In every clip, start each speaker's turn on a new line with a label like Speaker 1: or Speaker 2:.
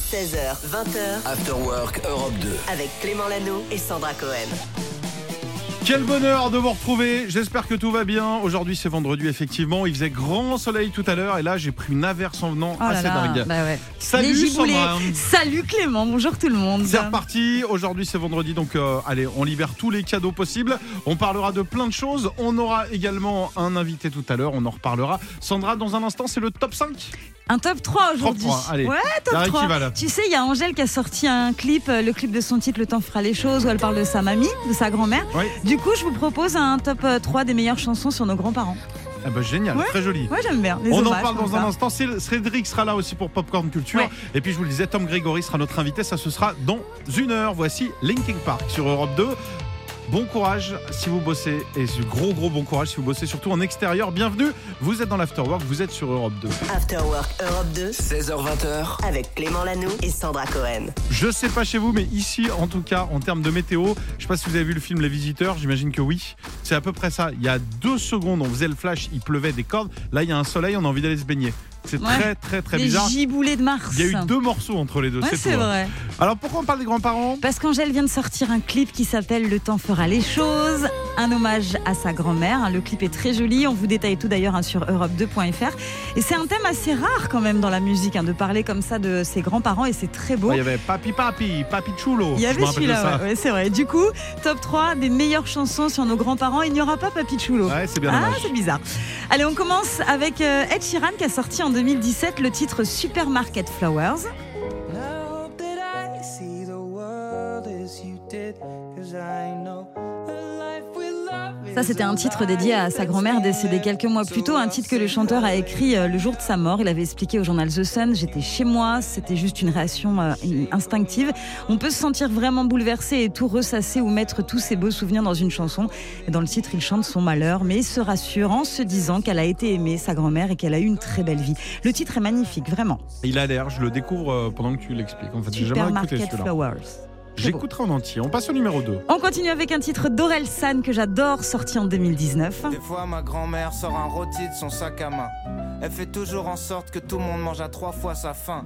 Speaker 1: 16h, 20h,
Speaker 2: After Work Europe 2.
Speaker 1: avec Clément Lano et Sandra Cohen.
Speaker 3: Quel bonheur de vous retrouver, j'espère que tout va bien. Aujourd'hui c'est vendredi effectivement, il faisait grand soleil tout à l'heure et là j'ai pris une averse en venant
Speaker 4: Oh là
Speaker 3: assez
Speaker 4: là,
Speaker 3: dingue.
Speaker 4: bah ouais. Les
Speaker 3: Salut
Speaker 4: giboulées.
Speaker 3: Sandra
Speaker 4: Salut Clément, bonjour tout le monde.
Speaker 3: c'est reparti, aujourd'hui c'est vendredi donc euh, allez on libère tous les cadeaux possibles, on parlera de plein de choses, on aura également un invité tout à l'heure, on en reparlera. Sandra dans un instant c'est le top 5
Speaker 4: Un top 3 aujourd'hui.
Speaker 3: Top 3, allez.
Speaker 4: Ouais, top
Speaker 3: Darry qui
Speaker 4: 3.
Speaker 3: va, là.
Speaker 4: Tu sais, il y a Angèle qui a sorti un clip, euh, le clip de son titre Le temps fera les choses, où elle parle de sa mamie, de sa grand-mère.
Speaker 3: Oui,
Speaker 4: Du coup, je vous propose un top euh, 3 des meilleures chansons sur nos grands-parents.
Speaker 3: ah bah, génial,
Speaker 4: Ouais.
Speaker 3: très joli.
Speaker 4: Ouais, j'aime bien. Les
Speaker 3: On en
Speaker 4: hommages
Speaker 3: parle
Speaker 4: comme
Speaker 3: dans
Speaker 4: ça.
Speaker 3: un instant. C'est- Cédric sera là aussi pour Popcorn Culture.
Speaker 4: Ouais.
Speaker 3: Et puis je vous le disais, Tom Grégory sera notre invité. Ça, ce sera dans une heure. Voici Linking Park sur Europe 2. Bon courage si vous bossez. Et ce gros, gros bon courage si vous bossez, surtout en extérieur. Bienvenue. Vous êtes dans l'Afterwork. Vous êtes sur Europe 2.
Speaker 1: After Work Europe 2
Speaker 2: 16h20h.
Speaker 1: avec Clément Lano et Sandra Cohen.
Speaker 3: Je sais pas chez vous, mais ici, en tout cas, en termes de météo, je sais pas si vous avez vu le film Les Visiteurs. J'imagine que oui. C'est à peu près ça. Il y a deux secondes, on faisait le flash. Il pleuvait des cordes. Là, il y a un soleil. On a envie d'aller se baigner. C'est
Speaker 4: Ouais.
Speaker 3: très, très, très
Speaker 4: Les
Speaker 3: bizarre.
Speaker 4: giboulées de Mars.
Speaker 3: Il y a eu deux morceaux entre les deux.
Speaker 4: Ouais,
Speaker 3: c'est
Speaker 4: c'est
Speaker 3: tout, hein.
Speaker 4: vrai. Bah,
Speaker 3: Alors pourquoi on parle des grands-parents
Speaker 4: Parce qu'Angèle vient de sortir un clip qui s'appelle Le temps fera les choses, un hommage à sa grand-mère. Le clip est très joli, on vous détaille tout d'ailleurs hein, sur europe2.fr. Et c'est un thème assez rare quand même dans la musique, hein, de parler comme ça de ses grands-parents et c'est très beau.
Speaker 3: Ouais, Oh, Il y avait Papi Papi, Papi Chulo.
Speaker 4: Il y
Speaker 3: Je me
Speaker 4: avait
Speaker 3: rappelle de
Speaker 4: celui-là,
Speaker 3: ça.
Speaker 4: ouais, ouais, c'est vrai. Du coup, top 3 des meilleures chansons sur nos grands-parents. Il n'y aura pas Papi Chulo.
Speaker 3: Ouais, c'est bien
Speaker 4: Ah,
Speaker 3: dommage.
Speaker 4: c'est bizarre. Allez, on commence avec euh, Ed Sheeran qui a sorti en 2017 le titre Supermarket Flowers.
Speaker 5: Now that I see the world as you did, 'cause I know a life with love
Speaker 4: Ça,
Speaker 5: is
Speaker 4: c'était
Speaker 5: a
Speaker 4: un titre dédié à sa grand-mère décédée quelques mois plus tôt, un titre que le chanteur a écrit euh, le jour de sa mort. Il avait expliqué au journal The Sun J'étais chez moi, c'était juste une réaction euh, in- instinctive. On peut se sentir vraiment bouleversé et tout ressasser ou mettre tous ses beaux souvenirs dans une chanson. Et dans le titre, il chante son malheur, mais il se rassure en se disant qu'elle a été aimée, sa grand-mère, et qu'elle a eu une très belle vie. Le titre est magnifique, vraiment.
Speaker 3: Il a l'air, je le découvre euh, pendant que tu l'expliques. En fait, j'ai jamais écouté
Speaker 4: Supermarket
Speaker 3: celui-là.
Speaker 4: Flowers.
Speaker 3: J'écouterai en entier. On passe au numéro 2.
Speaker 4: On continue avec un titre d'Aurel San que j'adore, sorti en 2019.
Speaker 6: Des fois, ma grand-mère sort un rôti de son sac à main. Elle fait toujours en sorte que tout le monde mange à trois fois sa faim.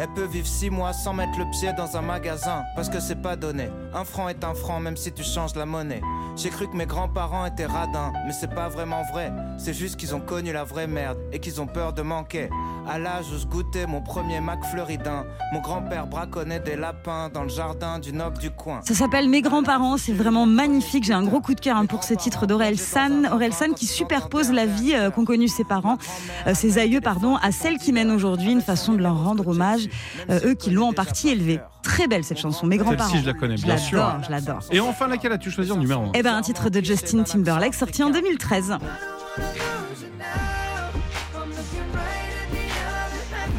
Speaker 6: Elle peut vivre six mois sans mettre le pied dans un magasin, parce que c'est pas donné. Un franc est un franc, même si tu changes la monnaie. J'ai cru que mes grands-parents étaient radins, mais c'est pas vraiment vrai. C'est juste qu'ils ont connu la vraie merde et qu'ils ont peur de manquer. À l'âge où je goûtais mon premier Mac Fleuridin, mon grand-père braconnait des lapins dans le jardin du noble du
Speaker 3: hein.
Speaker 6: coin.
Speaker 4: Ça s'appelle Mes grands-parents, c'est vraiment magnifique. J'ai un gros coup de cœur hein, pour ce titre d'Aurel San. Aurel San qui superpose la vie euh, qu'ont connue ses parents, euh, ses aïeux, pardon, à celle qui mène aujourd'hui, une façon de leur rendre hommage, euh, eux qui l'ont en partie élevée. Très belle cette chanson, Mes grands-parents.
Speaker 3: Celle-ci, je la connais, bien
Speaker 4: l'adore,
Speaker 3: sûr.
Speaker 4: Je l'adore.
Speaker 3: Et enfin, laquelle as-tu choisi en numéro 1
Speaker 4: Eh ben, un titre de Justin Timberlake sorti en 2013.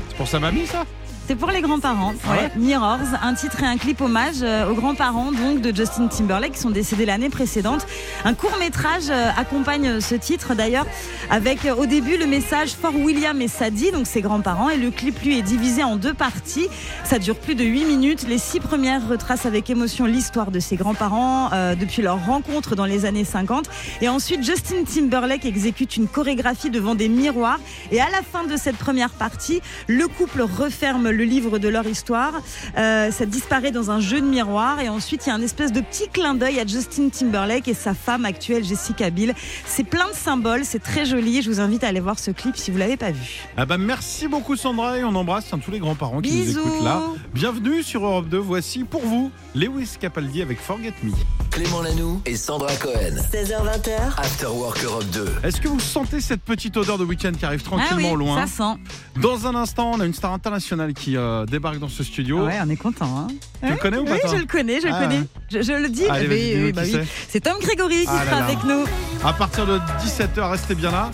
Speaker 3: C'est pour sa mamie, ça
Speaker 4: C'est pour les grands-parents.
Speaker 3: Ah ouais
Speaker 4: ouais. Mirrors, un titre et un clip hommage euh, aux grands-parents donc de Justin Timberlake qui sont décédés l'année précédente. Un court métrage euh, accompagne euh, ce titre d'ailleurs avec euh, au début le message for William et Sadie donc ses grands-parents et le clip lui est divisé en deux parties. Ça dure plus de 8 minutes. Les six premières retracent avec émotion l'histoire de ses grands-parents euh, depuis leur rencontre dans les années 50 et ensuite Justin Timberlake exécute une chorégraphie devant des miroirs et à la fin de cette première partie, le couple referme le livre de leur histoire. Euh, ça disparaît dans un jeu de miroir. Et ensuite, il y a un espèce de petit clin d'œil à Justin Timberlake et sa femme actuelle, Jessica Biel. C'est plein de symboles, c'est très joli. Je vous invite à aller voir ce clip si vous l'avez pas vu.
Speaker 3: Ah bah merci beaucoup Sandra et on embrasse tiens, tous les grands-parents qui
Speaker 4: Bisous.
Speaker 3: nous écoutent là. Bienvenue sur Europe 2, voici pour vous Lewis Capaldi avec Forget Me.
Speaker 2: Clément Lanoux et Sandra Cohen.
Speaker 1: 16h, 20h,
Speaker 2: After Work Europe 2.
Speaker 3: Est-ce que vous sentez cette petite odeur de week-end qui arrive
Speaker 4: Ah oui,
Speaker 3: tranquillement au loin
Speaker 4: ça sent.
Speaker 3: Dans un instant, on a une star internationale qui euh, débarque dans ce studio.
Speaker 4: Ah Ouais, on est content. Hein.
Speaker 3: Tu le connais ou pas
Speaker 4: Oui,
Speaker 3: toi
Speaker 4: je le connais, je le
Speaker 3: Ah
Speaker 4: connais.
Speaker 3: ouais.
Speaker 4: Je, je le dis.
Speaker 3: Allez,
Speaker 4: Oui,
Speaker 3: vas-y, dis-nous
Speaker 4: oui,
Speaker 3: qui
Speaker 4: bah oui.
Speaker 3: c'est.
Speaker 4: C'est Tom Grégory qui
Speaker 3: Ah là
Speaker 4: sera
Speaker 3: là.
Speaker 4: avec nous.
Speaker 3: À partir de 17h, restez bien là.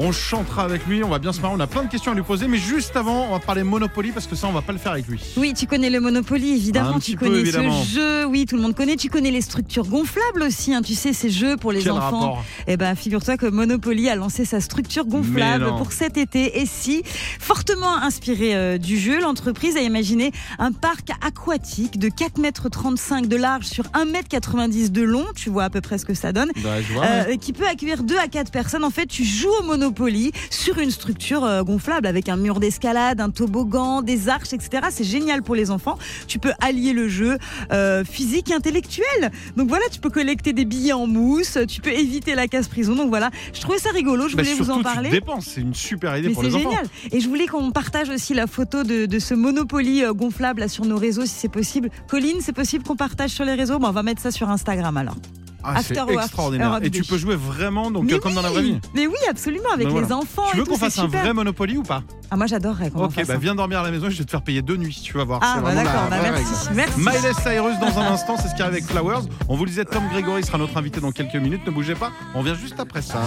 Speaker 3: On chantera avec lui, on va bien se marrer, on a plein de questions à lui poser, mais juste avant, on va parler Monopoly parce que ça, on va pas le faire avec lui.
Speaker 4: Oui, tu connais le Monopoly, évidemment.
Speaker 3: Un petit
Speaker 4: tu
Speaker 3: peu,
Speaker 4: connais
Speaker 3: évidemment.
Speaker 4: ce jeu, oui, tout le monde connaît. Tu connais les structures gonflables aussi, hein, tu sais, ces jeux pour les
Speaker 3: Quel
Speaker 4: enfants.
Speaker 3: rapport
Speaker 4: Eh ben, figure-toi que Monopoly a lancé sa structure gonflable
Speaker 3: Mais non.
Speaker 4: pour cet été. Et si, fortement inspirée euh, du jeu, l'entreprise a imaginé un parc aquatique de 4,35 mètres de large sur 1,90 m de long. Tu vois à peu près ce que ça donne.
Speaker 3: Bah, je vois,
Speaker 4: Euh, qui peut accueillir 2 à 4 personnes. En fait, tu joues au Monopoly sur une structure euh, gonflable avec un mur d'escalade, un toboggan, des arches, etc. C'est génial pour les enfants. Tu peux allier le jeu euh, physique et intellectuel. Donc voilà, tu peux collecter des billets en mousse, tu peux éviter la casse-prison. Donc voilà, je trouvais ça rigolo, je
Speaker 3: Bah,
Speaker 4: voulais vous en
Speaker 3: surtout,
Speaker 4: parler.
Speaker 3: Tu te dépenses, c'est une super idée
Speaker 4: Mais
Speaker 3: pour
Speaker 4: c'est
Speaker 3: les
Speaker 4: génial.
Speaker 3: enfants.
Speaker 4: Et je voulais qu'on partage aussi la photo de, de ce Monopoly euh, gonflable là, sur nos réseaux, si c'est possible. Colline, c'est possible qu'on partage sur les réseaux Bon, On va mettre ça sur Instagram alors.
Speaker 3: Ah, c'est
Speaker 4: After Work,
Speaker 3: extraordinaire.
Speaker 4: Europe
Speaker 3: Et tu
Speaker 4: 2.
Speaker 3: peux jouer vraiment donc
Speaker 4: Mais
Speaker 3: euh, comme dans la vraie vie.
Speaker 4: Mais oui, absolument, avec
Speaker 3: Ben
Speaker 4: les
Speaker 3: voilà.
Speaker 4: enfants.
Speaker 3: Tu
Speaker 4: et
Speaker 3: veux
Speaker 4: tout,
Speaker 3: qu'on
Speaker 4: c'est
Speaker 3: fasse un
Speaker 4: super.
Speaker 3: vrai Monopoly ou pas
Speaker 4: Ah, moi j'adorerais qu'on en
Speaker 3: Ok,
Speaker 4: fasse
Speaker 3: bah
Speaker 4: un.
Speaker 3: viens dormir à la maison, je vais te faire payer deux nuits, tu vas voir.
Speaker 4: Ah,
Speaker 3: C'est
Speaker 4: bah
Speaker 3: vraiment la
Speaker 4: d'accord, bah
Speaker 3: vraie règle.
Speaker 4: merci. Merci.
Speaker 3: Miley Cyrus dans un instant, c'est ce qui arrive avec Flowers. On vous le disait, Tom Grégory sera notre invité dans quelques minutes. Ne bougez pas, on vient juste après ça.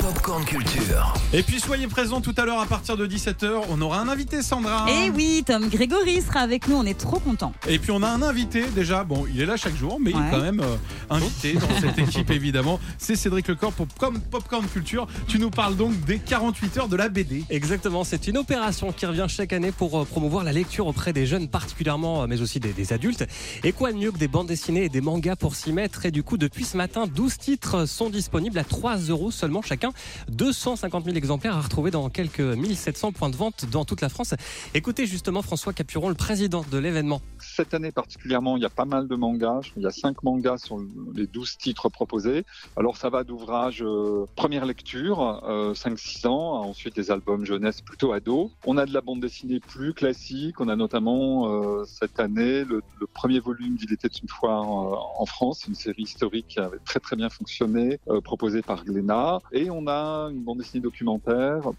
Speaker 2: Popcorn Culture.
Speaker 3: Et puis soyez présents tout à l'heure à partir de 17h. On aura un invité, Sandra.
Speaker 4: Eh oui, Tom Grégory sera avec nous, on est trop contents.
Speaker 3: Et puis on a un invité déjà, bon il est là chaque jour, mais il est
Speaker 4: Ouais.
Speaker 3: quand même euh, invité dans cette équipe évidemment. C'est Cédric Lecor pour Popcorn- Popcorn Culture. Tu nous parles donc des 48 heures de la BD.
Speaker 7: Exactement, c'est une opération qui revient chaque année pour euh, promouvoir la lecture auprès des jeunes particulièrement, euh, mais aussi des, des adultes. Et quoi de mieux que des bandes dessinées et des mangas pour s'y mettre Et du coup, depuis ce matin, 12 titres sont disponibles à 3 euros seulement chacun. 250 000 exemplaires à retrouver dans quelques 1700 points de vente dans toute la France. Écoutez justement François Capuron, le président de l'événement.
Speaker 8: Cette année particulièrement, il y a pas mal de mangas. Il y a cinq mangas sur les 12 titres proposés. Alors ça va d'ouvrages euh, première lecture, euh, 5-6 ans, à ensuite des albums jeunesse plutôt ados. On a de la bande dessinée plus classique. On a notamment euh, cette année le, le premier volume d'Il était une fois en, en France, une série historique qui avait très très bien fonctionné, euh, proposée par Glénat. Et on a une bande dessinée documentaire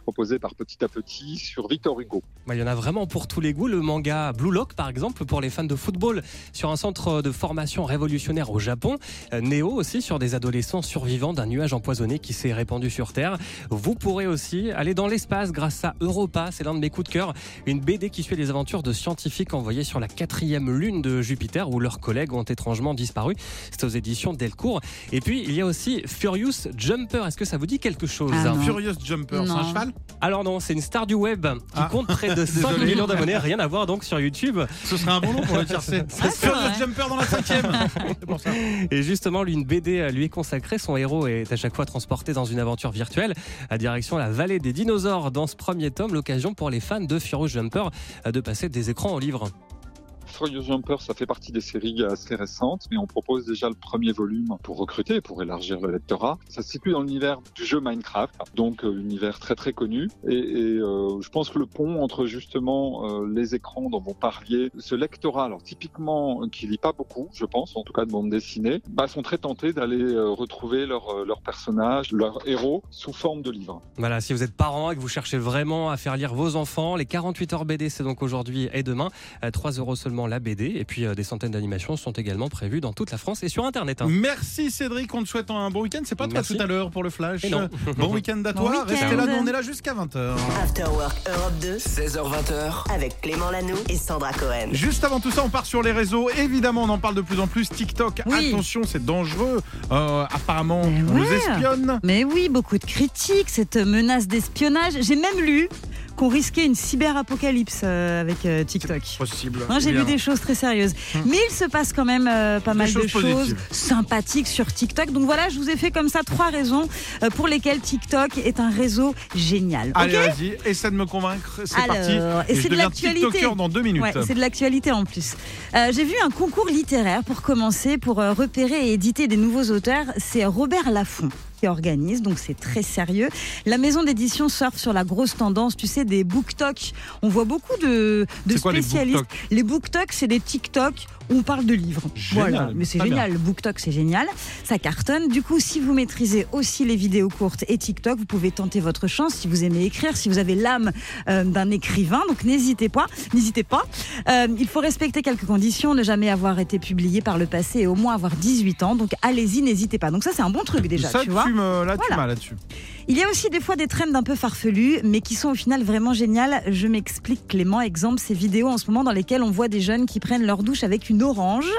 Speaker 8: proposée par Petit à Petit sur Victor Hugo.
Speaker 7: Bah, Il y en a vraiment pour tous les goûts. Le manga Blue Lock, par exemple, pour les fans de football, sur un centre de formation révolutionnaire au Japon. Euh, Neo aussi, sur des adolescents survivants d'un nuage empoisonné qui s'est répandu sur Terre. Vous pourrez aussi aller dans l'espace grâce à Europa, c'est l'un de mes coups de cœur. Une BD qui suit les aventures de scientifiques envoyés sur la quatrième lune de Jupiter, où leurs collègues ont étrangement disparu. C'est aux éditions Delcourt. Et puis, il y a aussi Furious Jumper. Est-ce que ça vous dit quelque chose
Speaker 4: Ah,
Speaker 7: hein
Speaker 4: Non.
Speaker 3: Furious Jumper, c'est un
Speaker 4: Non.
Speaker 3: cheval
Speaker 7: alors non, c'est une star du web qui
Speaker 3: Ah.
Speaker 7: compte près de 5
Speaker 3: Désolé.
Speaker 7: millions d'abonnés, rien à voir donc sur YouTube.
Speaker 3: Ce serait un bon nom pour le tiercé.
Speaker 4: Ah, c'est
Speaker 3: Furious
Speaker 4: vrai.
Speaker 3: Jumper dans la cinquième. C'est pour ça.
Speaker 7: Et justement, lui, une BD euh, lui est consacrée. Son héros est à chaque fois transporté dans une aventure virtuelle à direction la vallée des dinosaures. Dans ce premier tome, l'occasion pour les fans de Furious Jumper euh, de passer des écrans au livre.
Speaker 8: Furious Jumper, ça fait partie des séries assez récentes, mais on propose déjà le premier volume pour recruter, pour élargir le lectorat. Ça se situe dans l'univers du jeu Minecraft, donc euh, univers très très connu. Et, et, euh, je pense que le pont entre justement euh, les écrans dont vous parliez, ce lectorat, alors typiquement euh, qui lit pas beaucoup, je pense, en tout cas de bande dessinée, bah, sont très tentés d'aller euh, retrouver leur, euh, leur personnage, leur héros, sous forme de livre.
Speaker 7: Voilà, si vous êtes parent et que vous cherchez vraiment à faire lire vos enfants, les 48 heures BD, c'est donc aujourd'hui et demain. À 3 euros seulement la BD. Et puis euh, des centaines d'animations sont également prévues dans toute la France et sur Internet. hein.
Speaker 3: Merci Cédric, on te souhaite un bon week-end. C'est pas toi
Speaker 7: Merci.
Speaker 3: tout à l'heure pour le flash.
Speaker 7: Et non.
Speaker 3: Bon week-end à
Speaker 4: Bon
Speaker 3: toi.
Speaker 4: week-end.
Speaker 3: Restez là, nous on est là jusqu'à 20h.
Speaker 1: After Work Europe 2
Speaker 2: 16h20h.
Speaker 1: avec Clément Lano et Sandra Cohen.
Speaker 3: Juste avant tout ça, on part sur les réseaux. Évidemment, on en parle de plus en plus. TikTok,
Speaker 4: Oui.
Speaker 3: attention, c'est dangereux. Euh, apparemment,
Speaker 4: Mais
Speaker 3: on nous
Speaker 4: ouais.
Speaker 3: espionne.
Speaker 4: Mais oui, beaucoup de critiques, cette menace d'espionnage. J'ai même lu qu'on risquait une cyberapocalypse euh, avec euh, TikTok.
Speaker 3: Possible.
Speaker 4: Non, j'ai lu
Speaker 3: évidemment.
Speaker 4: des choses très sérieuses. Mais il se passe quand même euh, pas
Speaker 3: Hein. Des
Speaker 4: mal
Speaker 3: choses
Speaker 4: de choses
Speaker 3: positives.
Speaker 4: sympathiques sur TikTok. Donc voilà, je vous ai fait comme ça trois raisons euh, pour lesquelles TikTok est un réseau génial. Ok
Speaker 3: Allez, vas-y, essaie de me convaincre. C'est
Speaker 4: Alors,
Speaker 3: parti.
Speaker 4: et
Speaker 3: je
Speaker 4: c'est de
Speaker 3: deviens
Speaker 4: l'actualité.
Speaker 3: TikToker dans deux minutes.
Speaker 4: Ouais, c'est de l'actualité en plus. Euh, J'ai vu un concours littéraire pour commencer, pour euh, repérer et éditer des nouveaux auteurs. C'est Robert Laffont qui organise, donc c'est très sérieux. La maison d'édition surfe sur la grosse tendance, tu sais, des booktok. On voit beaucoup de, de
Speaker 3: C'est quoi les
Speaker 4: spécialistes.
Speaker 3: BookTok
Speaker 4: Les booktok, c'est des TikTok où on parle de livres.
Speaker 3: Génial,
Speaker 4: voilà, mais c'est
Speaker 3: très
Speaker 4: génial. Le booktok, c'est génial. Ça cartonne. Du coup, si vous maîtrisez aussi les vidéos courtes et TikTok, vous pouvez tenter votre chance si vous aimez écrire, si vous avez l'âme euh, d'un écrivain. Donc n'hésitez pas, n'hésitez pas. Euh, il faut respecter quelques conditions, ne jamais avoir été publié par le passé et au moins avoir 18 ans. Donc allez-y, n'hésitez pas. Donc ça c'est un bon truc déjà,
Speaker 3: ça,
Speaker 4: tu vois.
Speaker 3: me, là, tu
Speaker 4: Voilà.
Speaker 3: m'as là-dessus.
Speaker 4: Il y a aussi des fois des trends un peu farfelus, mais qui sont au final vraiment géniales. Je m'explique, Clément. Exemple, ces vidéos en ce moment dans lesquelles on voit des jeunes qui prennent leur douche avec une orange.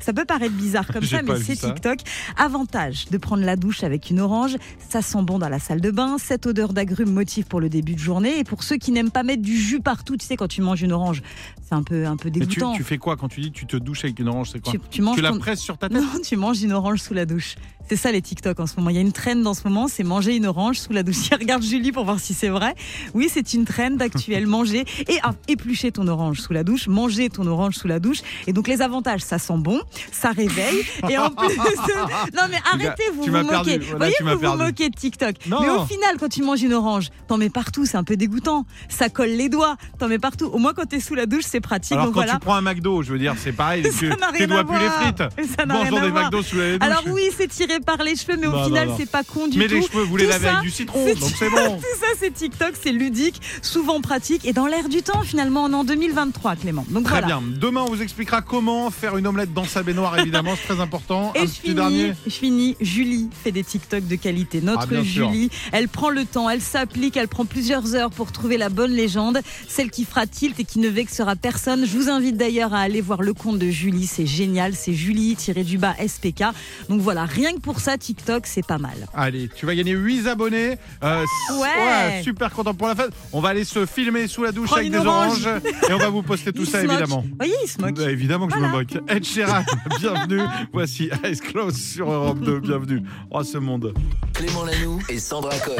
Speaker 4: Ça peut paraître bizarre comme
Speaker 3: J'ai
Speaker 4: ça,
Speaker 3: pas
Speaker 4: mais
Speaker 3: vu
Speaker 4: c'est
Speaker 3: ça.
Speaker 4: TikTok. Avantage de prendre la douche avec une orange. Ça sent bon dans la salle de bain. Cette odeur d'agrumes motive pour le début de journée. Et pour ceux qui n'aiment pas mettre du jus partout, tu sais, quand tu manges une orange, c'est un peu, un peu
Speaker 3: Mais tu,
Speaker 4: dégoûtant.
Speaker 3: tu fais quoi quand tu dis tu te douches avec une orange C'est quoi
Speaker 4: Tu- tu manges
Speaker 3: la
Speaker 4: ton-
Speaker 3: presses sur ta tête
Speaker 4: Non, tu manges une orange sous la douche. C'est ça les TikTok en ce moment. Il y a une traîne en ce moment, c'est manger une orange sous la doucière. Regarde Julie pour voir si c'est vrai. Oui, c'est une traîne actuelle. Manger et ah, éplucher ton orange sous la douche, manger ton orange sous la douche. Et donc les avantages, ça sent bon, ça réveille. Et en plus, non mais arrêtez, vous
Speaker 3: tu
Speaker 4: vous
Speaker 3: m'as perdu.
Speaker 4: moquez.
Speaker 3: Voilà,
Speaker 4: Voyez,
Speaker 3: tu m'as
Speaker 4: vous vous
Speaker 3: perdu.
Speaker 4: moquez de TikTok.
Speaker 3: Non.
Speaker 4: Mais au final, quand tu manges une orange, t'en mets partout, c'est un peu dégoûtant. Ça colle les doigts, t'en mets partout. Au moins quand t'es sous la douche, c'est pratique.
Speaker 3: Alors quand
Speaker 4: donc voilà.
Speaker 3: tu prends un McDo, je veux dire, c'est pareil.
Speaker 4: Ça
Speaker 3: tu
Speaker 4: n'a
Speaker 3: tu
Speaker 4: rien à
Speaker 3: dois plus les
Speaker 4: voir.
Speaker 3: frites.
Speaker 4: Ça n'a rien
Speaker 3: Mangeons
Speaker 4: à
Speaker 3: des
Speaker 4: voir.
Speaker 3: McDo sous les douches.
Speaker 4: Alors oui, c'est tiré par les cheveux, mais
Speaker 3: Non,
Speaker 4: au
Speaker 3: non,
Speaker 4: final,
Speaker 3: non.
Speaker 4: c'est pas con du
Speaker 3: Mais
Speaker 4: tout.
Speaker 3: les cheveux, vous les
Speaker 4: Tout
Speaker 3: lavez
Speaker 4: ça,
Speaker 3: avec du citron,
Speaker 4: c'est-
Speaker 3: donc c'est bon.
Speaker 4: Tout ça, c'est TikTok, c'est ludique, souvent pratique et dans l'air du temps, finalement, en an 2023, Clément. Donc
Speaker 3: Très
Speaker 4: voilà.
Speaker 3: bien. Demain, on vous expliquera comment faire une omelette dans sa baignoire, évidemment, c'est très important.
Speaker 4: Et
Speaker 3: Un
Speaker 4: je
Speaker 3: petit
Speaker 4: finis,
Speaker 3: dernier. Ah,
Speaker 4: je finis, Julie fait des TikTok de qualité. Notre
Speaker 3: bien sûr.
Speaker 4: Julie, elle prend le temps, elle s'applique, elle prend plusieurs heures pour trouver la bonne légende, celle qui fera tilt et qui ne vexera personne. Je vous invite d'ailleurs à aller voir le compte de Julie, c'est génial, c'est Julie-du-bas SPK. Donc voilà, rien que pour ça, TikTok, c'est pas mal.
Speaker 3: Allez, tu vas gagner 8 abonnés. Euh, s-
Speaker 4: Ouais.
Speaker 3: Super content pour la fête. On va aller se filmer sous la douche
Speaker 4: Prends
Speaker 3: avec
Speaker 4: une
Speaker 3: des
Speaker 4: orange.
Speaker 3: oranges. Et on va vous poster tout
Speaker 4: Il
Speaker 3: ça,
Speaker 4: se moque.
Speaker 3: évidemment.
Speaker 4: Voyez, il se moque.
Speaker 3: Bah, évidemment que
Speaker 4: Voilà.
Speaker 3: je me moque. Ed Sheeran, bienvenue. Voici Ice Close sur Europe 2. Bienvenue. Oh, ce monde.
Speaker 2: Clément Lanoux et Sandra Cohen.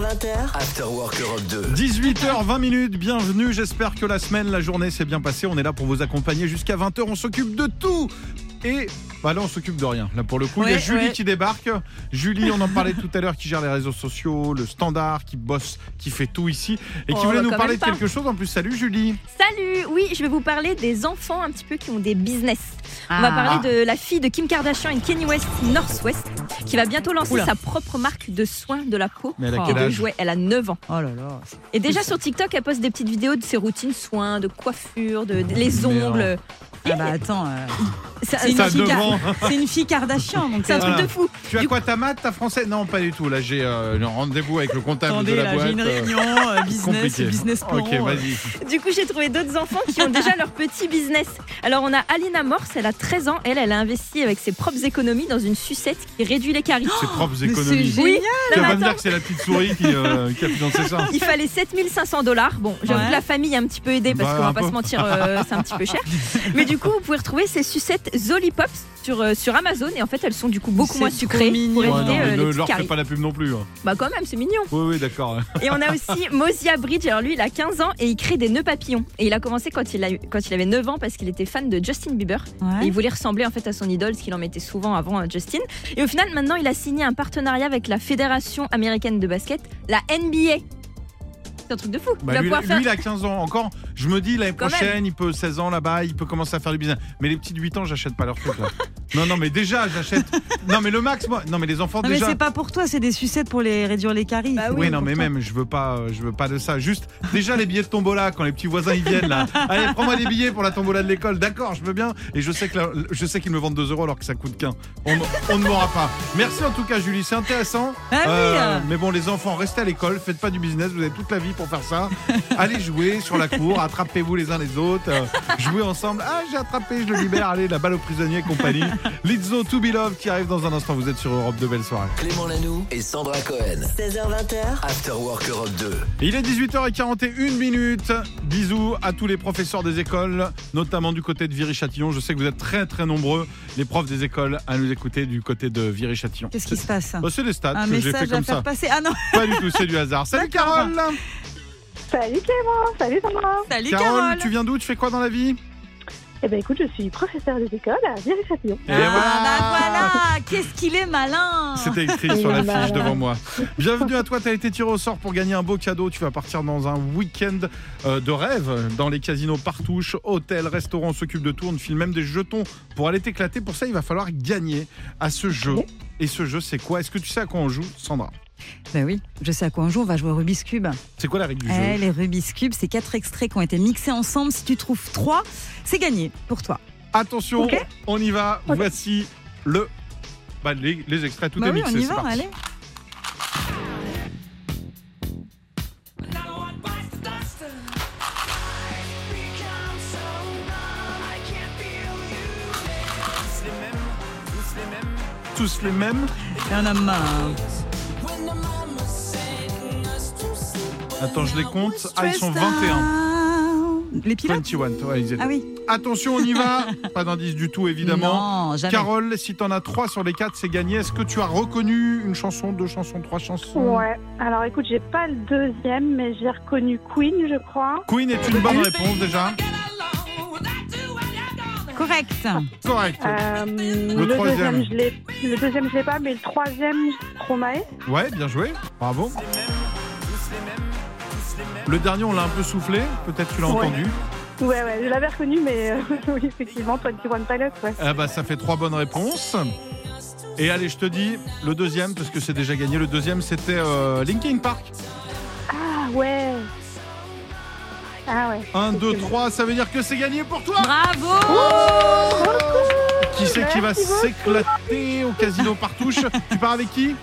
Speaker 1: 16h20h,
Speaker 2: After Work Europe 2.
Speaker 3: 18h20 minutes, bienvenue. J'espère que la semaine, la journée s'est bien passée. On est là pour vous accompagner jusqu'à 20h. On s'occupe de tout. Et bah là, on s'occupe de rien. Là, pour le coup, il y a
Speaker 4: Ouais,
Speaker 3: Julie
Speaker 4: ouais.
Speaker 3: qui débarque. Julie, on en parlait tout à l'heure, qui gère les réseaux sociaux, le standard, qui bosse, qui fait tout ici et qui
Speaker 9: Oh,
Speaker 3: voulait
Speaker 9: bah,
Speaker 3: nous
Speaker 9: quand
Speaker 3: parler
Speaker 9: même
Speaker 3: de
Speaker 9: pas.
Speaker 3: quelque chose. En plus, salut Julie.
Speaker 9: Salut Oui, je vais vous parler des enfants un petit peu qui ont des business. On va
Speaker 4: Ah.
Speaker 9: parler de la fille de Kim Kardashian et Kanye West Northwest qui va bientôt lancer
Speaker 4: Oula.
Speaker 9: sa propre marque de soins de la peau
Speaker 3: Mais elle a
Speaker 4: Oh.
Speaker 9: et
Speaker 3: quel
Speaker 9: de
Speaker 3: âge
Speaker 9: jouets. Elle a 9 ans.
Speaker 4: Oh là là.
Speaker 9: Et déjà sur TikTok, elle poste des petites vidéos de ses routines soins, de coiffure, de, de- les
Speaker 3: Mais
Speaker 9: ongles.
Speaker 4: Ah bah attends, euh,
Speaker 9: C'est
Speaker 4: c'est
Speaker 9: c'est
Speaker 3: T'as
Speaker 4: une, fille
Speaker 3: deux
Speaker 4: Ka-
Speaker 3: ans.
Speaker 4: c'est une fille Kardashian, donc euh, ça.
Speaker 9: un truc
Speaker 3: Voilà.
Speaker 9: de fou.
Speaker 3: Tu as quoi ta maths, ta français Non, pas du tout. Là, j'ai euh, un rendez-vous avec le comptable
Speaker 4: Attendez,
Speaker 3: de la
Speaker 4: là,
Speaker 3: boîte.
Speaker 4: j'ai une
Speaker 3: euh,
Speaker 4: réunion, euh, business,
Speaker 3: compliqué.
Speaker 4: business plan.
Speaker 3: Ok,
Speaker 4: euh,
Speaker 3: vas-y.
Speaker 9: Du coup, j'ai trouvé d'autres enfants qui ont déjà leur petit business. Alors, on a Alina Morse, elle a 13 ans. Elle, elle a investi avec ses propres économies dans une sucette qui réduit les caries.
Speaker 3: Ses propres
Speaker 4: mais c'est
Speaker 3: économies.
Speaker 4: génial.
Speaker 9: Oui,
Speaker 3: Tu vas
Speaker 9: non, mais
Speaker 3: pas me
Speaker 9: attends.
Speaker 3: dire que c'est la petite souris qui, euh, qui a financé ça.
Speaker 9: Il fallait 7500 dollars. Bon, j'avoue
Speaker 4: Ouais.
Speaker 9: que la famille a un petit peu aidé parce
Speaker 3: Bah,
Speaker 9: qu'on
Speaker 3: un
Speaker 9: va pas
Speaker 3: peu.
Speaker 9: se mentir, euh, c'est un petit peu cher. Mais du coup, vous pouvez retrouver ces sucettes Zolipops sur, euh, sur Amazon et en fait, elles sont du coup beaucoup
Speaker 4: C'est
Speaker 9: moins
Speaker 4: trop
Speaker 9: sucrées
Speaker 4: mignon.
Speaker 9: pour
Speaker 3: Ouais, non,
Speaker 9: éviter
Speaker 3: mais
Speaker 9: euh, les
Speaker 3: ne
Speaker 9: petites
Speaker 3: leur fais
Speaker 9: caries.
Speaker 3: pas la pub non plus. hein.
Speaker 9: Bah, quand même, c'est mignon.
Speaker 3: Oui, oui, d'accord.
Speaker 9: Et on a aussi Mosia Bridge. Alors lui, il a 15 ans et il crée des nœuds papillons. Et il a commencé quand il, a eu- quand il avait 9 ans parce qu'il était fan de Justin Bieber. Et
Speaker 4: Ouais.
Speaker 9: il voulait ressembler en fait à son idole, ce qu'il en mettait souvent avant euh, Justin. Et au final, maintenant, il a signé un partenariat avec la Fédération américaine de basket, la NBA. C'est un truc de fou. Il
Speaker 3: Bah,
Speaker 9: va
Speaker 3: lui,
Speaker 9: pouvoir
Speaker 3: lui,
Speaker 9: faire-
Speaker 3: il a 15 ans encore. Je me dis, l'année
Speaker 9: Quand même.
Speaker 3: prochaine, il peut 16 ans là-bas, il peut commencer à faire du business. Mais les petits de 8 ans, j'achète pas leurs trucs. là. non, non, mais déjà, j'achète. Non, mais le max, moi. Non, mais les enfants,
Speaker 4: Non, mais
Speaker 3: déjà.
Speaker 4: c'est pas pour toi, c'est des sucettes pour les réduire les caries.
Speaker 9: Bah
Speaker 4: C'est
Speaker 3: oui,
Speaker 4: pas
Speaker 3: non,
Speaker 4: Ah pour
Speaker 3: mais
Speaker 4: toi.
Speaker 3: même, je veux pas, euh, je veux pas de ça. Juste, déjà les billets de tombola quand les petits voisins ils viennent là. Allez, prends-moi des billets pour la tombola de l'école. D'accord, je veux bien. Et je sais que la- je sais qu'ils me vendent 2 euros alors que ça coûte qu'un. On, on ne m'aura pas. Merci en tout cas, Julie, c'est intéressant.
Speaker 4: Ah oui, euh.
Speaker 3: mais bon, les enfants, restez à l'école, faites pas du business. Vous avez toute la vie pour faire ça. Allez jouer sur la cour, attrapez-vous les uns les autres, euh, jouez ensemble. Ah, j'ai attrapé, je le libère. Allez, la balle aux prisonniers, et compagnie. Lizzo, To Be Love qui arrive dans un instant. Vous êtes sur Europe de belles soirées.
Speaker 2: Clément Lanoux et Sandra Cohen.
Speaker 1: 16h20h,
Speaker 2: After Work Europe 2.
Speaker 3: Il est 18h41 minutes. Bisous à tous les professeurs des écoles, notamment du côté de Viry-Châtillon. Je sais que vous êtes très très nombreux, les profs des écoles, à nous écouter du côté de Viry-Châtillon.
Speaker 4: Qu'est-ce qui se passe
Speaker 3: Bah, C'est des stats
Speaker 4: Un
Speaker 3: que j'ai fait
Speaker 4: message à
Speaker 3: comme
Speaker 4: faire
Speaker 3: ça.
Speaker 4: passer. Ah non,
Speaker 3: Pas du tout, c'est du hasard. Salut Carole
Speaker 10: Salut Clément, salut Sandra.
Speaker 4: salut
Speaker 3: Carole,
Speaker 4: Carole.
Speaker 3: tu viens d'où Tu fais quoi dans la vie
Speaker 10: Eh ben écoute, je suis professeur des écoles à Viry-Châtillon.
Speaker 3: Et
Speaker 4: Ah bah voilà, qu'est-ce qu'il est malin.
Speaker 3: C'était écrit sur
Speaker 10: Et
Speaker 3: la
Speaker 10: voilà.
Speaker 3: fiche devant moi. Bienvenue à toi, tu as été tiré au sort pour gagner un beau cadeau. Tu vas partir dans un week-end euh, de rêve dans les casinos partouches, hôtels, restaurants, on s'occupe de tout, on te file même des jetons pour aller t'éclater. Pour ça, il va falloir gagner à ce jeu. Et ce jeu, c'est quoi Est-ce que tu sais à quoi on joue, Sandra
Speaker 4: Bah oui, je sais à quoi un jour on va jouer au Rubik's Cube.
Speaker 3: C'est quoi la règle du jeu
Speaker 4: Eh, les Rubik's Cube, c'est quatre extraits qui ont été mixés ensemble. Si tu trouves trois, c'est gagné pour toi.
Speaker 3: Attention,
Speaker 10: Ok.
Speaker 3: on y va.
Speaker 10: Ok.
Speaker 3: Voici le. bah, les, les extraits, tout
Speaker 4: bah
Speaker 3: est
Speaker 4: oui,
Speaker 3: mixé.
Speaker 4: on y
Speaker 3: c'est
Speaker 4: va,
Speaker 3: parti.
Speaker 4: allez.
Speaker 3: Tous les mêmes.
Speaker 4: Il y en a marre.
Speaker 3: Attends, je les compte. Ah, ils sont 21.
Speaker 4: Les pilotes
Speaker 3: 21, ouais, ils étaient-
Speaker 4: Ah oui.
Speaker 3: Attention, on y va. Pas d'indice du tout, évidemment.
Speaker 4: Non, jamais.
Speaker 3: Carole, si t'en as 3 sur les 4, c'est gagné. Est-ce que tu as reconnu une chanson, deux chansons, trois chansons
Speaker 10: Ouais. Alors écoute, j'ai pas le deuxième, mais j'ai reconnu Queen, je crois.
Speaker 3: Queen est une bonne réponse déjà.
Speaker 4: Correct.
Speaker 3: Correct.
Speaker 10: Euh, le,
Speaker 3: troisième.
Speaker 10: deuxième, je l'ai. Le deuxième, je l'ai pas, mais le troisième, Stromae.
Speaker 3: Ouais, bien joué. Bravo. Le dernier, on l'a un peu soufflé. Peut-être tu l'as
Speaker 10: Ouais.
Speaker 3: entendu.
Speaker 10: Ouais, ouais, je l'avais reconnu, mais euh, oui, effectivement, 21 Pilots, ouais.
Speaker 3: Ah bah, ça fait trois bonnes réponses. Et allez, je te dis le deuxième, parce que c'est déjà gagné. Le deuxième, c'était euh, Linkin Park.
Speaker 10: Ah ouais. Ah ouais.
Speaker 3: 1, 2, 3, ça veut dire que c'est gagné pour toi. Ah
Speaker 4: Bravo
Speaker 3: Qui c'est qui va
Speaker 10: Merci beaucoup.
Speaker 3: s'éclater au casino par touche Tu pars avec qui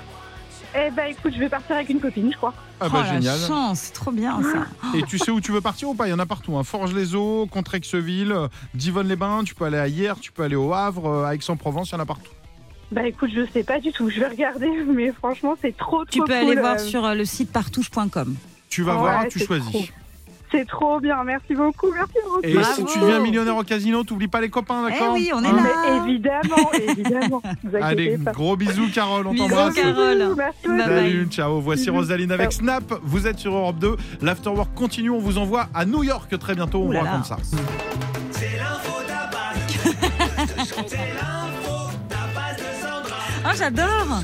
Speaker 10: Eh ben écoute, je vais partir avec une copine, je crois.
Speaker 3: Ah
Speaker 4: Oh,
Speaker 3: bah
Speaker 4: la
Speaker 3: génial.
Speaker 4: chance, c'est trop bien ça.
Speaker 3: Et tu sais où tu veux partir ou pas Il y en a partout. Hein. Forges-les-Eaux, Contrexeville, euh, Divonne-les-Bains, tu peux aller à Hier, tu peux aller au Havre, euh, à Aix-en-Provence, il y en a partout.
Speaker 10: Bah écoute, je sais pas du tout, je vais regarder, mais franchement, c'est trop, trop
Speaker 4: Tu peux aller
Speaker 10: cool,
Speaker 4: voir
Speaker 10: euh,
Speaker 4: sur euh, le site partouche.com.
Speaker 3: Tu vas
Speaker 4: Oh,
Speaker 10: Ouais,
Speaker 3: voir, tu
Speaker 10: c'est trop.
Speaker 3: choisis.
Speaker 10: C'est trop bien, merci beaucoup, merci beaucoup.
Speaker 3: Et si tu deviens millionnaire au casino, t'oublies pas les copains,
Speaker 4: Eh
Speaker 3: d'accord
Speaker 4: oui, on est
Speaker 3: Hein
Speaker 10: Mais
Speaker 9: Ah.
Speaker 10: évidemment, évidemment. Vous inquiétez
Speaker 3: Allez,
Speaker 10: pas.
Speaker 3: gros bisous Carole, on
Speaker 4: Bisous,
Speaker 3: t'embrasse.
Speaker 4: Carole.
Speaker 10: Merci
Speaker 4: Bye bye.
Speaker 3: Salut, ciao. Voici
Speaker 10: Bisous.
Speaker 3: Rosaline avec
Speaker 10: Ciao.
Speaker 3: Snap. Vous êtes sur Europe 2. L'Afterwork continue. On vous envoie à New York très bientôt. On
Speaker 4: Ouh
Speaker 3: vous
Speaker 4: là
Speaker 3: raconte ça.
Speaker 4: Oh, j'adore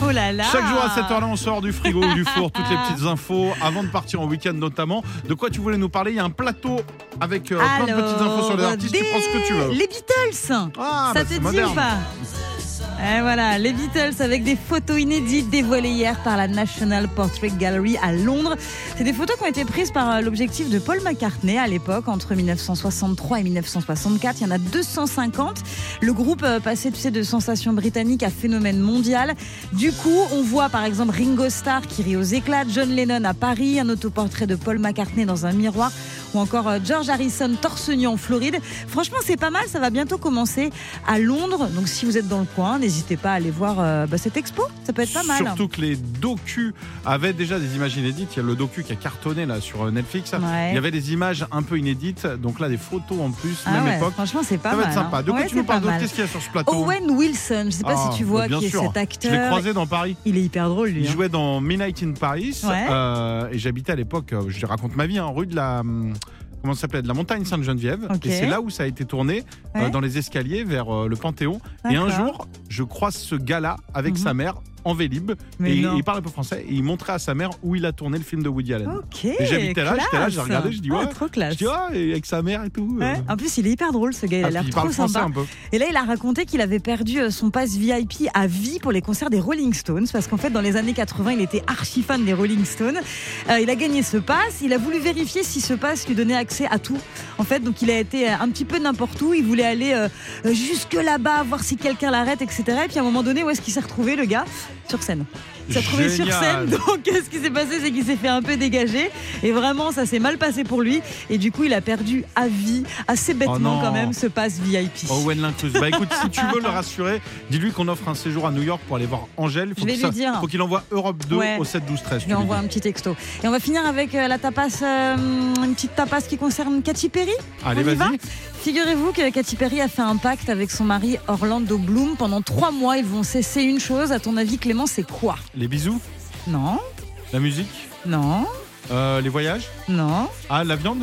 Speaker 4: Oh là là
Speaker 3: Chaque jour à cette heure-là, on sort du frigo ou du four toutes les petites infos avant de partir en week-end notamment. De quoi tu voulais nous parler Il y a un plateau avec euh, plein de
Speaker 4: Alors,
Speaker 3: petites infos sur les artistes. Tu
Speaker 4: des-
Speaker 3: prends ce que tu veux.
Speaker 4: Les Beatles
Speaker 3: Ah,
Speaker 4: Ça
Speaker 3: bah,
Speaker 4: te
Speaker 3: c'est
Speaker 4: dit
Speaker 3: moderne.
Speaker 4: ou pas et voilà, les Beatles avec des photos inédites dévoilées hier par la National Portrait Gallery à Londres. C'est des photos qui ont été prises par euh, l'objectif de Paul McCartney à l'époque, entre 1963 et 1964. Il y en a 250. Le groupe euh, passait tu sais, de sensation britannique à phénomène mondial. Du coup, on voit par exemple Ringo Starr qui rit aux éclats, John Lennon à Paris, un autoportrait de Paul McCartney dans un miroir, ou encore euh, George Harrison torse nu en Floride. Franchement, c'est pas mal. Ça va bientôt commencer à Londres. Donc, si vous êtes dans le coin, n'hésitez pas à aller voir euh, bah, cette expo. Ça peut être pas mal. hein.
Speaker 3: Surtout que les docus avaient déjà des images inédites. Il y a le docu qui a cartonné là sur euh, Netflix.
Speaker 4: Ouais.
Speaker 3: Il y avait des images un peu inédites. Donc là, des photos en plus,
Speaker 4: Ah
Speaker 3: même
Speaker 4: ouais,
Speaker 3: époque.
Speaker 4: Franchement, c'est pas
Speaker 3: Ça va
Speaker 4: mal.
Speaker 3: être sympa.
Speaker 4: hein.
Speaker 3: De quoi
Speaker 4: Ouais,
Speaker 3: tu nous
Speaker 4: c'est pas
Speaker 3: parles d'autre
Speaker 4: mal. Oh,
Speaker 3: Qu'est-ce qu'il y a sur ce plateau
Speaker 4: Owen Wilson, je sais pas
Speaker 3: Ah,
Speaker 4: si tu vois
Speaker 3: bien
Speaker 4: qui est
Speaker 3: sûr.
Speaker 4: cet
Speaker 3: Je l'ai
Speaker 4: acteur.
Speaker 3: croisé dans Paris.
Speaker 4: Euh, Il est hyper drôle, lui.
Speaker 3: Il
Speaker 4: hein.
Speaker 3: jouait dans Midnight in Paris
Speaker 4: Ouais.
Speaker 3: euh, et j'habitais à l'époque, euh, je te raconte ma vie, en rue de la hum, comment ça s'appelait, de la montagne Sainte-Geneviève.
Speaker 4: Ok.
Speaker 3: Et c'est là où ça a été tourné euh,
Speaker 4: Ouais.
Speaker 3: dans les escaliers vers euh, le Panthéon. Et un
Speaker 4: D'accord.
Speaker 3: jour, je croise ce gars-là avec
Speaker 4: Mhm.
Speaker 3: sa mère en vélib
Speaker 4: Mais
Speaker 3: et il-
Speaker 4: non.
Speaker 3: il parle un peu français et il montrait à sa mère où il a tourné le film de Woody Allen.
Speaker 4: Ok.
Speaker 3: Et j'habitais là, j'étais là, j'ai
Speaker 4: classe.
Speaker 3: regardé, je dis,
Speaker 4: Ah,
Speaker 3: ouais.
Speaker 4: trop Oh, classe.
Speaker 3: Je dis ah et avec sa mère et tout. euh.
Speaker 4: Ouais. En plus, il est hyper drôle ce gars, il
Speaker 3: Ah,
Speaker 4: a l'air
Speaker 3: puis il
Speaker 4: trop
Speaker 3: parle français
Speaker 4: sympa.
Speaker 3: un peu.
Speaker 4: Et là, il a raconté qu'il avait perdu euh, son pass VIP à vie pour les concerts des Rolling Stones, parce qu'en fait, dans les années 80, il était archi fan des Rolling Stones. Euh, il a gagné ce pass, il a voulu vérifier si ce pass lui donnait accès à tout. En fait, donc il a été euh, un petit peu n'importe où, il voulait aller euh, euh, jusque là-bas, voir si quelqu'un l'arrête, etc. Et puis à un moment donné, où est-ce qu'il s'est retrouvé, le gars Sur scène. Il s'est retrouvé sur
Speaker 3: Génial.
Speaker 4: scène, donc euh, ce qui s'est passé, c'est qu'il s'est fait un peu dégager. Et vraiment, ça s'est mal passé pour lui. Et du coup, il a perdu à vie, assez bêtement
Speaker 3: Oh non.
Speaker 4: quand même, ce pass VIP.
Speaker 3: Owen l'incluse. Bah écoute, si tu veux le rassurer, dis-lui qu'on offre un séjour à New York pour aller voir Angèle.
Speaker 4: Je vais
Speaker 3: que
Speaker 4: lui
Speaker 3: ça-
Speaker 4: dire.
Speaker 3: Faut qu'il envoie Europe 2
Speaker 4: Ouais.
Speaker 3: au 7 12 13.
Speaker 4: Je
Speaker 3: tu
Speaker 4: lui
Speaker 3: lui
Speaker 4: envoie
Speaker 3: dis.
Speaker 4: un petit texto. Et on va finir avec euh, la tapas, euh, une petite tapas qui concerne Katy Perry.
Speaker 3: Allez,
Speaker 4: On y va
Speaker 3: vas-y.
Speaker 4: Figurez-vous que Katy Perry a fait un pacte avec son mari Orlando Bloom. Pendant trois mois, ils vont cesser une chose. À ton avis, Clément, c'est quoi
Speaker 3: Les bisous,
Speaker 4: Non,
Speaker 3: la musique,
Speaker 4: non,
Speaker 3: euh, les voyages,
Speaker 4: non,
Speaker 3: ah, la viande,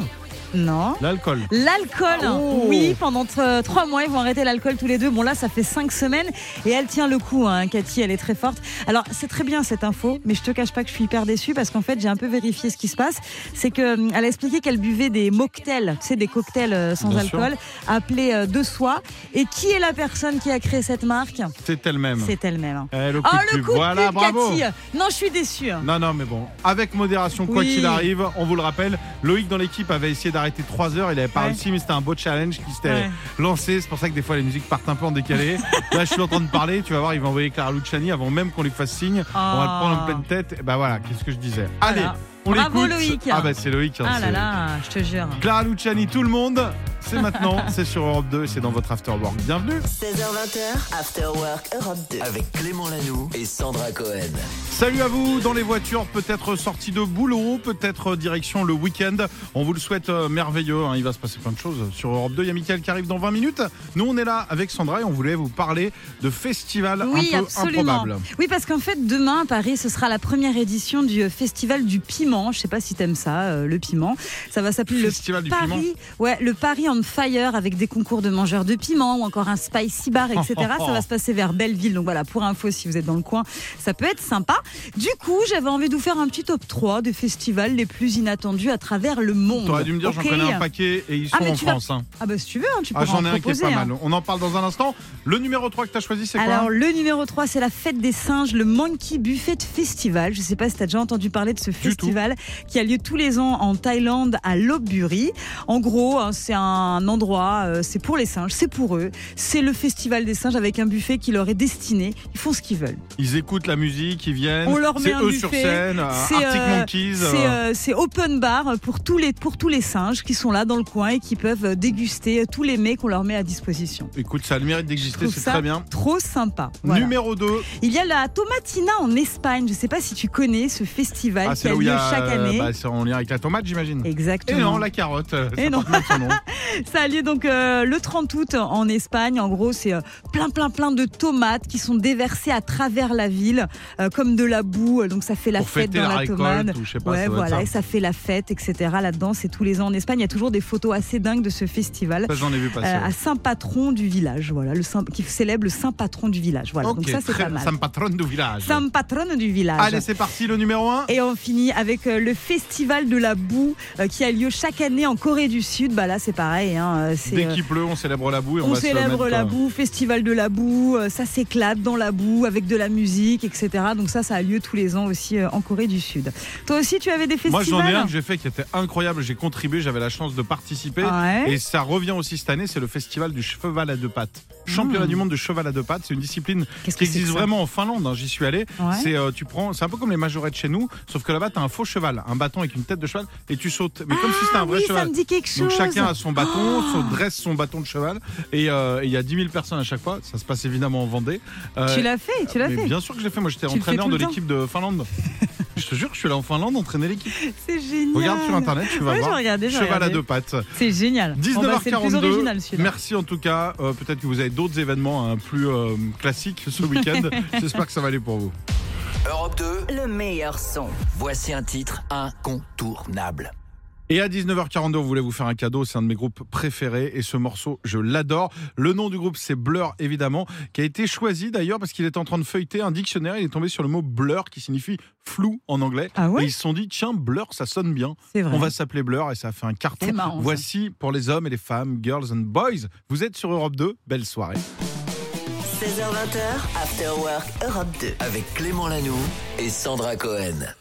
Speaker 4: non.
Speaker 3: l'alcool.
Speaker 4: L'alcool,
Speaker 3: Oh.
Speaker 4: oui, pendant euh, trois mois, ils vont arrêter l'alcool tous les deux. Bon, là, ça fait cinq semaines et elle tient le coup, hein, Cathy, elle est très forte. Alors, c'est très bien cette info, mais je te cache pas que je suis hyper déçue parce qu'en fait, j'ai un peu vérifié ce qui se passe. C'est que hum, elle a expliqué qu'elle buvait des mocktails, tu sais, des cocktails euh, sans
Speaker 3: Bien sûr.
Speaker 4: alcool, appelés euh, de soi. Et qui est la personne qui a créé cette marque
Speaker 3: C'est elle-même.
Speaker 4: C'est elle-même.
Speaker 3: Eh, le
Speaker 4: Oh,
Speaker 3: coup de
Speaker 4: le
Speaker 3: pub.
Speaker 4: coup de
Speaker 3: Voilà,
Speaker 4: pub,
Speaker 3: bravo.
Speaker 4: Cathy Non, je suis déçue.
Speaker 3: Non, non, mais bon, avec modération, quoi
Speaker 4: Oui.
Speaker 3: qu'il arrive, on vous le rappelle, Loïc dans l'équipe avait essayé d'arrêter 3 heures, il avait pas
Speaker 4: Ouais.
Speaker 3: réussi, mais c'était un beau challenge qui s'était
Speaker 4: Ouais.
Speaker 3: lancé. C'est pour ça que des fois les musiques partent un peu en décalé. Là, je suis en train de parler, tu vas voir, il va envoyer Clara Luciani avant même qu'on lui fasse signe. On va le prendre
Speaker 4: Oh.
Speaker 3: en pleine tête. Et bah voilà, qu'est-ce que je disais. Allez,
Speaker 4: Ah. Voilà.
Speaker 3: on
Speaker 4: Bravo,
Speaker 3: l'écoute.
Speaker 4: Loïc.
Speaker 3: Ah bah c'est Loïc. hein,
Speaker 4: Ah là
Speaker 3: c'est-
Speaker 4: là, je te jure.
Speaker 3: Clara Luciani, tout le monde. C'est maintenant, c'est sur Europe 2, c'est dans votre Afterwork. Bienvenue.
Speaker 1: 16h20, After Work Europe 2.
Speaker 2: Avec Clément Lanoux et Sandra Cohen.
Speaker 3: Salut à vous dans les voitures, peut-être sortie de boulot, peut-être euh, direction le week-end. On vous le souhaite euh, merveilleux. hein. Il va se passer plein de choses sur Europe 2. Il y a Mickaël qui arrive dans 20 minutes. Nous, on est là avec Sandra et on voulait vous parler de festivals
Speaker 4: Oui,
Speaker 3: un peu
Speaker 4: absolument.
Speaker 3: improbables.
Speaker 4: Oui, parce qu'en fait, demain à Paris, ce sera la première édition du euh, Festival du Piment. Je sais pas si t'aimes ça, euh, le piment. Ça va s'appeler le
Speaker 3: Festival du piment.
Speaker 4: Paris, ouais, le Paris on Fire avec des concours de mangeurs de piment ou encore un spicy bar, etc. ça va se passer vers Belleville. Donc voilà, pour info, si vous êtes dans le coin, ça peut être sympa. Du coup, j'avais envie de vous faire un petit top 3 des festivals les plus inattendus à travers le monde.
Speaker 3: T'aurais dû me dire, j'en
Speaker 4: Ok
Speaker 3: connais un paquet et ils sont
Speaker 4: Ah, mais
Speaker 3: en
Speaker 4: tu vas-
Speaker 3: France. hein.
Speaker 4: Ah bah si tu veux, hein, tu peux
Speaker 3: Ah, j'en ai un qui est
Speaker 4: proposer.
Speaker 3: pas
Speaker 4: hein.
Speaker 3: mal. On en parle dans un instant. Le numéro 3 que t'as choisi, c'est quoi
Speaker 4: Alors, le numéro 3, c'est la fête des singes, le Monkey Buffet Festival. Je ne sais pas si tu as déjà entendu parler de ce festival qui a lieu tous les ans en Thaïlande à Lopburi. En gros, hein, c'est un endroit, euh, c'est pour les singes, c'est pour eux. C'est le festival des singes avec un buffet qui leur est destiné. Ils font ce qu'ils veulent.
Speaker 3: Ils écoutent la musique, ils viennent.
Speaker 4: On leur
Speaker 3: C'est
Speaker 4: met un
Speaker 3: eux
Speaker 4: buffet.
Speaker 3: sur scène, euh,
Speaker 4: C'est,
Speaker 3: Arctic
Speaker 4: euh,
Speaker 3: Monkeys.
Speaker 4: C'est
Speaker 3: euh,
Speaker 4: euh, c'est open bar pour tous, les, pour tous les singes qui sont là dans le coin et qui peuvent euh, déguster tous les mets qu'on leur met à disposition.
Speaker 3: Écoute, ça a le mérite d'exister,
Speaker 4: trouve
Speaker 3: c'est
Speaker 4: ça
Speaker 3: très bien.
Speaker 4: Trop sympa. Voilà.
Speaker 3: Numéro 2.
Speaker 4: Il y a la Tomatina en Espagne. Je ne sais pas si tu connais ce festival qui
Speaker 3: c'est
Speaker 4: a
Speaker 3: là où
Speaker 4: lieu
Speaker 3: il y a.
Speaker 4: chaque
Speaker 3: euh,
Speaker 4: année.
Speaker 3: bah, c'est en lien avec la tomate, j'imagine. Et
Speaker 4: Exactement.
Speaker 3: non, la carotte. euh,
Speaker 4: Et
Speaker 3: ça
Speaker 4: non.
Speaker 3: porte même son nom.
Speaker 4: Ça a lieu donc euh, le 30 août en Espagne. En gros, c'est euh, plein, plein, plein de tomates qui sont déversées à travers la ville, euh, comme de la boue. Euh, Donc ça fait la
Speaker 3: Pour
Speaker 4: fête
Speaker 3: fêter
Speaker 4: dans
Speaker 3: la
Speaker 4: la, tomate.
Speaker 3: récolte, ou je sais pas.
Speaker 4: ouais,
Speaker 3: ça doit être
Speaker 4: voilà, et
Speaker 3: ça.
Speaker 4: ça fait la fête, etc. Là-dedans, c'est tous les ans en Espagne. Il y a toujours des photos assez dingues de ce festival.
Speaker 3: Ça, j'en ai vu passer.
Speaker 4: euh, à Saint Patron du village, voilà, le Saint- qui célèbre le Saint Patron du village. Voilà,
Speaker 3: Ok,
Speaker 4: donc ça c'est
Speaker 3: très-
Speaker 4: pas mal.
Speaker 3: Ça me patronne du village.
Speaker 4: Saint Patron du village.
Speaker 3: Allez, c'est parti, le numéro 1.
Speaker 4: Et on finit avec euh, le festival de la boue euh, qui a lieu chaque année en Corée du Sud. Bah là, c'est pareil. hein, euh, c'est,
Speaker 3: Dès
Speaker 4: euh,
Speaker 3: qu'il pleut, on célèbre la boue et on,
Speaker 4: on
Speaker 3: va se
Speaker 4: célèbre
Speaker 3: mettre,
Speaker 4: la
Speaker 3: euh,
Speaker 4: boue, festival de la boue, euh, ça s'éclate dans la boue avec de la musique, etc. Donc ça, ça a lieu tous les ans aussi euh, en Corée du Sud. Toi aussi, tu avais des
Speaker 3: Moi,
Speaker 4: festivals
Speaker 3: j'en ai un que j'ai fait qui était incroyable. J'ai contribué, j'avais la chance de participer.
Speaker 4: Ah Ouais.
Speaker 3: Et ça revient aussi cette année, c'est le festival du cheval à deux pattes. Championnat
Speaker 4: Mmh.
Speaker 3: du monde de cheval à deux pattes, c'est une discipline
Speaker 4: Qu'est-ce
Speaker 3: qui
Speaker 4: c'est
Speaker 3: existe
Speaker 4: ça
Speaker 3: vraiment en Finlande. hein, J'y suis allé.
Speaker 4: Ouais.
Speaker 3: C'est euh, tu prends, c'est un peu comme les majorettes chez nous, sauf que là-bas t'as un faux cheval, un bâton avec une tête de cheval, et tu sautes. Mais comme si c'était un
Speaker 4: Ah
Speaker 3: vrai
Speaker 4: oui, ça
Speaker 3: cheval.
Speaker 4: me dit quelque chose. Oh.
Speaker 3: Donc chacun a son bâton, son- dresse son bâton de cheval, et euh, et il y a 10 000 personnes à chaque fois. Ça se passe évidemment en Vendée. Euh,
Speaker 4: Tu l'as fait, tu l'as
Speaker 3: mais
Speaker 4: fait.
Speaker 3: bien sûr que je l'ai fait. Moi, j'étais
Speaker 4: Tu le fais
Speaker 3: entraîneur
Speaker 4: tout
Speaker 3: de
Speaker 4: le temps.
Speaker 3: l'équipe de Finlande. je te jure, que je suis là en Finlande, entraîner l'équipe.
Speaker 4: C'est génial.
Speaker 3: Regarde sur internet, tu vas
Speaker 4: Ah. Ouais,
Speaker 3: voir.
Speaker 4: j'ai regardé, j'ai
Speaker 3: Cheval à
Speaker 4: regardé.
Speaker 3: deux pattes.
Speaker 4: C'est génial. Bon, bah, c'est le plus
Speaker 3: 19h42.
Speaker 4: original celui-là.
Speaker 3: Merci en tout cas. Euh, Peut-être que vous avez d'autres événements hein, plus euh, classiques ce week-end. J'espère que ça va aller pour vous.
Speaker 2: Europe 2,
Speaker 1: Le meilleur son.
Speaker 2: voici un titre incontournable.
Speaker 3: Et à 19h42, on voulait vous faire un cadeau. C'est un de mes groupes préférés et ce morceau, je l'adore. Le nom du groupe, c'est Blur, évidemment, qui a été choisi d'ailleurs parce qu'il était en train de feuilleter un dictionnaire. Il est tombé sur le mot blur qui signifie flou en anglais.
Speaker 4: Ah
Speaker 3: et
Speaker 4: ouais
Speaker 3: ils se sont dit, tiens, blur, ça sonne bien.
Speaker 4: C'est vrai.
Speaker 3: On va s'appeler Blur et ça a fait un carton.
Speaker 4: C'est marrant, ça.
Speaker 3: Voici pour les hommes et les femmes, girls and boys. Vous êtes sur Europe 2. Belle soirée.
Speaker 1: 16h20, After Work Europe 2.
Speaker 2: Avec Clément Lanoux et Sandra Cohen.